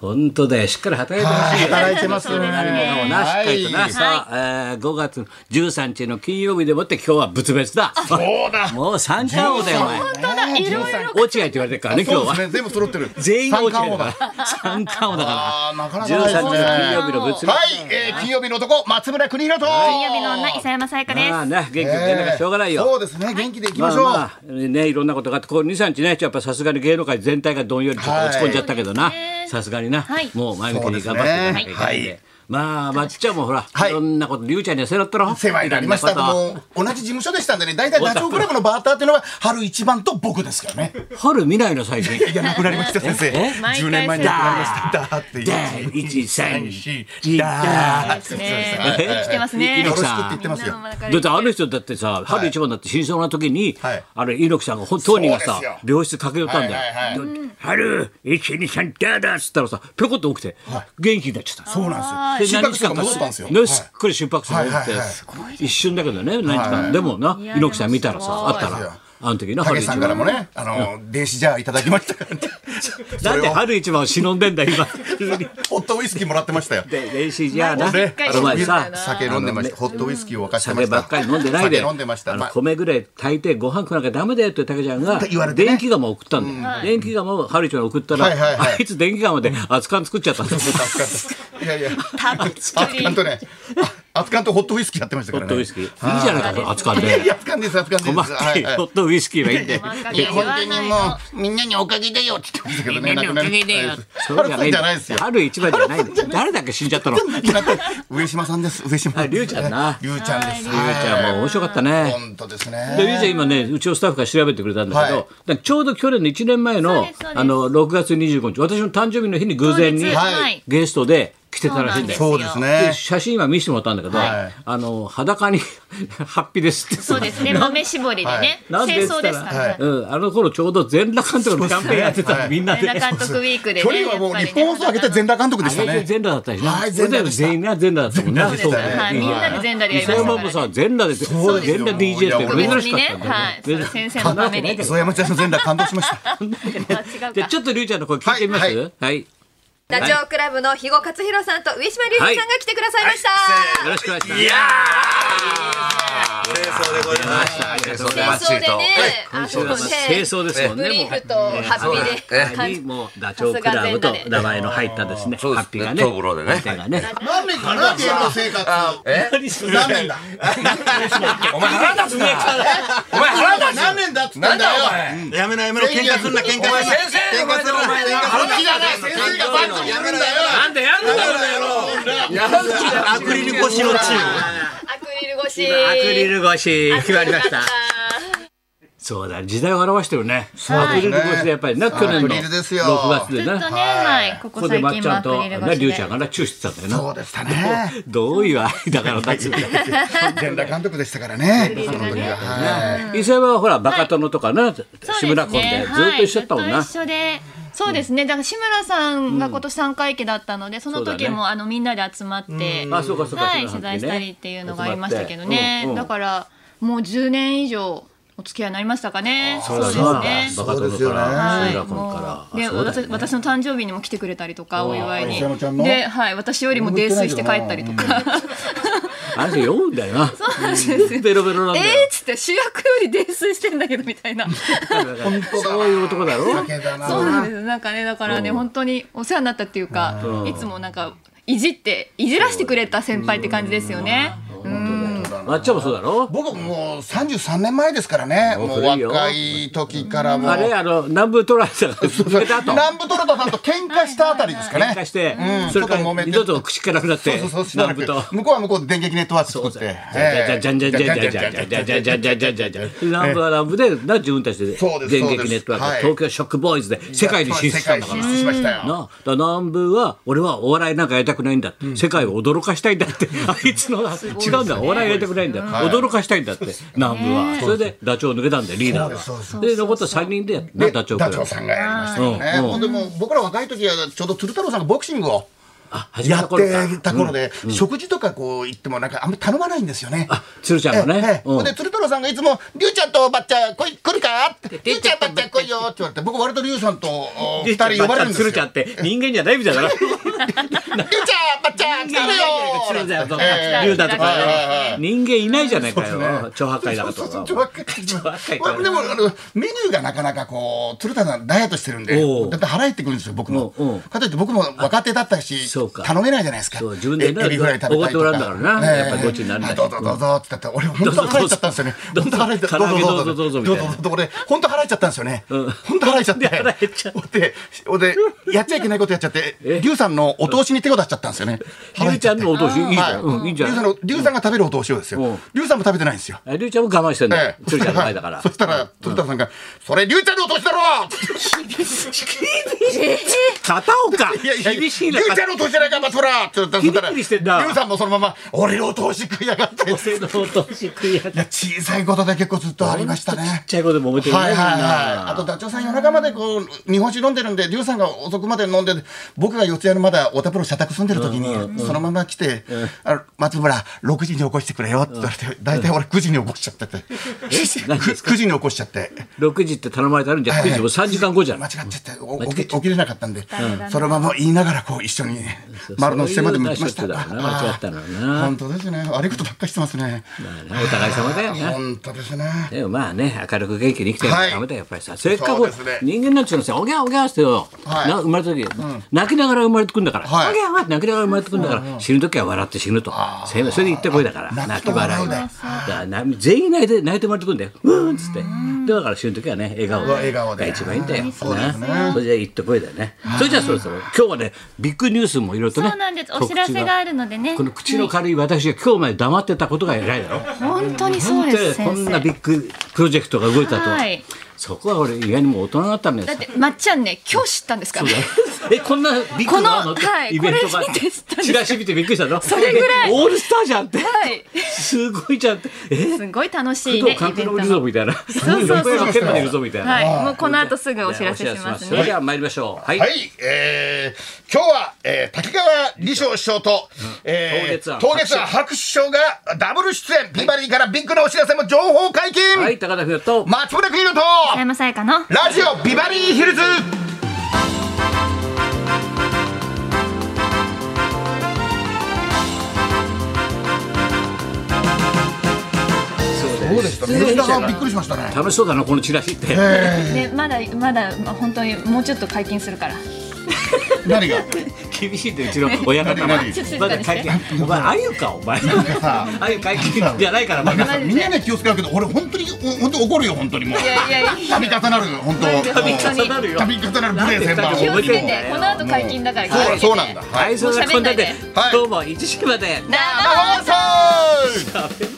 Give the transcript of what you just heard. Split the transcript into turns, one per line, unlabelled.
本当だよ。しっかり働いてますよ。
働いてますね。
もうな、しっかりとな。
はい
さあ、えー5月13日の金曜日でもって今日は仏別 だ。
そうだ。
もう三冠王だよ、お前。
本当
だいろいろ
落合って言われてるからね、今
そう
日
で
は
す。ね。全部揃ってる。
全員が落
三
ちて
冠
る
王
か
だ。
ら。三冠王だか。
あーな からな
十
かです
三日の金
ね。
曜日の物理。
はい、えー、金曜日の男松村邦弘と。
金曜日の女磯山さやかです
まあね、元気に出なきゃしょうがないよ。
そうですね。元気でいき
ま
ま
あ
しょう。
まあねいろんなことがあってこう23日ねやっぱさすがに芸能界全体がどんよりちょっと落ち込んじゃったけどな
はいそう
さ
ですね
すがにな、
はい
もう前向きに頑張っていかなきゃいけないんで、
はい
まあまっちゃんもほら、
はい
い、ろんなことりゅうちゃんには背負ったろ
世話になりました。
いろんなこと
もう同じ事務所でしたんでね、大体ダチョウ倶楽部のバーターっていうのは春一番と僕ですから ね。
春見ないの最近
いや亡くなりました先生。
え
毎回
10年前に亡くなりました。だって
で
いう。
134
だ
だ
ーって
す
言って
ね
ました
来てますね
よろしくって言ってますよ。
ってあの人だってさ春一番だって真相な時に、
はい
あの猪木さんが本当にが
そう
さ
ですよ
病室駆け寄ったんだよ、
はいはいはい
で春123だだっつったらさぴょこっと起きて、元気になっちゃった
そうなんですよ。心拍数が戻ったんですよ。
ね、すっごい心拍数が多くて、
はいはいはい
一瞬だけどね、何時間、でもな、
いや
猪木さん見たらさ、あ
で
っ
も
た
すごい
ら、あの時な、
たけ
一
さんからも
番。
ね、あの、電子ジャーいただきましたからね。そ
なん
れ
で
を
春一番を忍んでんだ、 今。
ホットウイスキーもらってましたよ。
で、練習じゃあな、
ね
あ
お
の
前さ、
酒飲んでました。ホットウイスキーを沸かしてま
酒
した。
ばっかり飲んでないで、
酒飲んでました。
あ
ま
の
あ
米ぐらい炊いてご飯食わなきゃダメだよって竹ちゃんが
言われ、てね
電気釜を送ったんだよ。電気釜を春一番に送ったら、
はいはいはい
あいつ電気釜で熱燗作っちゃ ったんだよ。
いやいや、
たっぷ
熱
り
燗とね、あ熱燗とホットウイスキーやってましたか
ホッ
らね。
トウイスキー。いいじゃないか、その熱燗
いやい
で。
や、熱燗です、熱燗です。
困って
はいはい
ホットウイスキーはいいんで。
いや本当にもうみんなにおかげだよって言ってましたけどね。亡くなり
そう
春さんじゃないですよ。
春一番じゃないんだよ誰だっけ死んじゃったの。りゅう
上島さんです。上島。
あ龍ちゃんな
龍ちゃんです。龍
ちゃんも面白かったね。
本当です
でりゅうちゃん
ね。
今ねうちのスタッフが調べてくれたんだけど、
は
だ
い
からちょうど去年の1年前
そう
の
ですそうです
あの6月25日私の誕生日の日に偶然に
そうです
はい
ゲストで来てたらしいんだよ。
そうです
で
ね。
写真今見せてもらったんだけど、
はい
あの裸に ハッピーですって
そうですね豆絞りでね
なんで
清
っつ
掃
った
で
ら、
すからね
うん、あの頃ちょうど全裸監督のキャンペーンやってたの、
はい
みんなで
全裸監督ウィークでね
距離はもう
やっぱり
日
ね
本放送上げた全裸監督でした
全
ね。
全裸だったしな。
はい全裸でした
全員が全裸だったもんな。
全裸でしたね
はいみんなで全裸でや
磯
りましたから
山もさ、全裸で、
そうです
全
よ
裸 DJ って珍しかったんだよ
特別にねはい先生のために
で
磯山ちゃんの全裸感動しました。
あ違う
じゃあ
か
ちょっとりゅうちゃんの声聞いてみます
はいは
はい。はい
ダチョウ倶楽部の肥後克弘さんと上島竜兵さんが来てくださいました。
よろしくお願いします。
清掃でございました。清掃
清掃でね、あ
そうだ
の
な清
ね、
掃ですもん
ブ
ね。
リー
もう
フとハッピーで、
はいもうダチョウ倶楽部と名前の入ったですね。ハ
そうです
ッピーがね。
トーブローでね
ハッピーがね。
何年かな、芸能生活。
え
何年だ。
お前腹立つな。お前腹立
何年だっつってんだ
つなんだ
よ。
お前。
やめなやめろ喧嘩すんな喧嘩すんな
お前先生の前でお前な
こっちだね。先生がバッとやるんだよ。
なんでやるんだろうよ。
アクリル越しのチーム
アクリル越し。
アクリル越し決まりました
あ。
そうだ時代を表してるね。アクリル越しでやっぱりな去年
ア
の
クリルですよ
6月で
ずっ
な
と。ねはいこ
こ
こ
こで
最
まっ
近
ち
も
ゃん
アク
と
リル
りゅう
越し
ちゃん
で
がなチューしてたんだよ
そ
な
うでしたね。
どういう愛だからだっつうの
全裸監督でしたからね。その時は。はい
伊勢はほらバカ殿とかな志村コンでずっと一緒だったもん
は
ない
ずっと一緒でそうですねだから志村さんが今年3回忌だったのでその
そうだ
時
ね
もあのみんなで集まって
あそうかそうか
はい
そう
取
だね
材したりっていうのがありましたけどねだからもう10年以上お付き合いになりましたかねそうですね
バカ殿から
は
志
い、
村コン
も
か
う
ら
で
あそうだよ
私
ね
私の誕生日にも来てくれたりとかお祝い
磯山ちゃん
に
の
で、はい、私よりも泥酔して帰ったりとか
あれ酔うんだよな
そうなんですよ
ベロベロなん
え
だ
ー
よ
っつって主役より泥酔してんだけどみたいな
そういう男だろ
酒だ
そう
な。
なんですなんかねだからね本当にお世話になったっていうかいつもなんかいじっていじらしてくれた先輩って感じですよね
まっちゃんもそうだろ
僕もう三十三年前ですからね。
もう
もう
古いよ
若い時からもう。
あれあの南部トライさんが抜けた後
南部トロタさんと喧嘩したあたりですか
喧
ね
嘩。して
うん
それか
ちょっと揉め
ら
て
二度と口からくなって
そうそうそうしばら
南
く
部と
向こうは向こうで電撃ネットワーク作っ
じゃ
て。
じゃじゃじゃじゃじゃじゃじゃじゃじゃじゃじゃじゃじゃ南部は南部でな自分たちで
そうです
電撃ネットワーク
はい
東京ショックボーイズで世界に進出したんだから
世界に進出しました
な
よ。
あ、だから南部は俺はお笑いなんかやりたくないんだって、世界を驚かしたいんだってあいつの違うんだお笑いやりたくないんだ、驚かしたいんだって南部はそれでダチョウ抜けたんでリーダー
そうです
がで残った3人でな
で
ダ
ダ
チ
チ
ョウ
ョウ
倶楽
さんがやりましたよね
うん。
ほんでもう僕ら若い時はちょうど鶴太郎さんがボクシングを
始め
や
た
っ
頃か
てた頃で、食事とかこう行ってもなんかあんまり頼まないんですよね。
あ鶴ちゃんもね
ええええ
うん
ほんで鶴太郎さんがいつも「龍ちゃんとばっちゃん来い来るか?」って「龍ちゃんばっちゃん来いよ」って言われて僕割と龍さんとお二人呼ばれるんですよ。
鶴ちゃんって人間じゃないみたいだな。
龍ちゃんばっちゃん来るよ
鶴ちゃんとか
ええ
龍だと
はいはい
か
はい
人間いないじゃないか
そ
よ
うですね。
超破壊だか
そ
と
うそう
か
そう。
超破壊
まあでもあのメニューがなかなかこう鶴田さんダイエットしてるんで
おう
だって腹減ってくるんですよ僕も
うんうん
かといって僕も若手だったし
そうか
頼めないじゃないですか
そう自分でね
えエビフライ食べたりと
おご
か
ってもらうんだからな
ねえ
やっぱりごちにならない
あどうぞどうぞって言ったら俺本当腹減っちゃったんですよね
どうぞ
本当腹減っちゃった
唐揚げどうぞどうぞ
どう
みた
ぞ
いな
どうぞ俺本当腹減っちゃったんですよね
うん
本当腹減っちゃって
で腹減っちゃっ
ででやっちゃいけないことやっちゃって龍さんのお通しに手を出しちゃったんですよね
龍ちゃんのお通しいいじゃん。うんいいんじ
龍
ゃ
さん
ん。
の龍さんが食べるお通しをです
うん
よ龍さんも食べてないんですよ
あ龍ちゃんも我慢してんだ
え
よ
え。
鶴ちゃんの前だから
そ。したら、鶴田さんが、それ、龍ちゃんのお年だろ
片岡厳しいな
龍。ちゃんのお年じゃないか、松村って言ったら、そした
ピ
ら
リピリしてんな
龍さんもそのまま、俺のお年食いやがって。い
女性のお通し食いやがって
や、小さいことで結構ずっとありました
ちっ
ね。
ちゃいことで揉めてるね
はいはいはい
みんな
あとダチョウさん夜中までこう日本酒飲んでるんで龍さんが遅くまで飲んで僕が四谷のまだ太田プロ社宅住んでる時に、そのまま来て「あの松村6時に起こしてくれよ」って言われて大体俺9時に起こしちゃってて
何ですか
9時に起こしちゃって。
6時って頼まれてあるんじゃん9時もう3時間後じゃん
間違っちゃってお
間違っ
起き
ちゃ
起きれなかったんで、そのまま言いながらこう一緒にね丸の内線まで向きました
そういうのはショックだろうな間違ったのはな
あ本当ですね悪いことばっかりしてますね
お互い様だよな。
本当ですね
でもまあね明るく元気に生きてる
はい
ダメだよやっぱりさせっかく、
そうですね
人間なんていうのはさおぎゃおぎゃってよ、
はい
な生まれた時、泣きながら生まれてくんだから、
はい
おぎゃおぎゃ泣きながら生まれてくんだから、死ぬ時は笑って死ぬとせそれで言った声だから
あ泣
泣
き
き
と
笑
笑
い
い
でだ
で
からな全員泣いて泣いて生まれてくんだようーんっつってでだから死ぬ時はね笑顔で
うわ笑顔で
が一番いいんだよ
そうですね
なそれで言った声だよねそれじゃあそろそろ今日はねビッグニュースもいろいろとね
そうなんです。お知らせがあるのでね。
この口の軽い私が今日まで黙ってたことが偉いだろ
本当にそうです。
こ
先
んな
生。
ビッグプロジェクトが動いたとは、
はい
そこは俺意外にもう大人だったんです
だってまっちゃんね今日知ったんですからね
えこんなビッグ
この
なのって
はい
イベントがあっ
これ見て知ったん
て
です
チラシ見てびっくりしたのそ
れぐらい
オールスターじゃんって
はい
すごいじゃんってえ
すごい楽し
工
い
藤
ねイ
監
ベ
督の
ン
お
ト
るぞみたいな
そうそう
横山健までいるぞみたいな、
はいもうこの後すぐお知らせし
お
ま
知
す
それ
ね
では参りましょうはい、
はい、えー、今日は、えー、滝川李翔首相と、え
東月
ー、
庵
東月庵白首相がダブル出演、ビバリーからビッグなお知らせも情報解禁、
はい高田君と
松村邦洋と、
山山さやかの。
ラジオビバリーヒルズそうでした
出演者が
びっくりしましたね
楽しそうだなこのチラシって、
でまだまだまあ本当にもうちょっと解禁するから
何が
厳しいってうちの親方が
何
ちょっと静
まだ
かにして
会見お前あゆかお前あゆ会見じゃないからまだ
みんなね気をつけるけど俺本当に本当怒るよ本当にもう
いやいやいや
度重なる本当
度重
重なるよ
度重なる無礼千番
気をつけ
覚えてんだ
て
よ
この後解禁だから気をつけ
そう
て
そうなんだは
はいい、そんなこんなで
もう喋んな
で
い、
どうも一時まで。
生
生放送
食べんな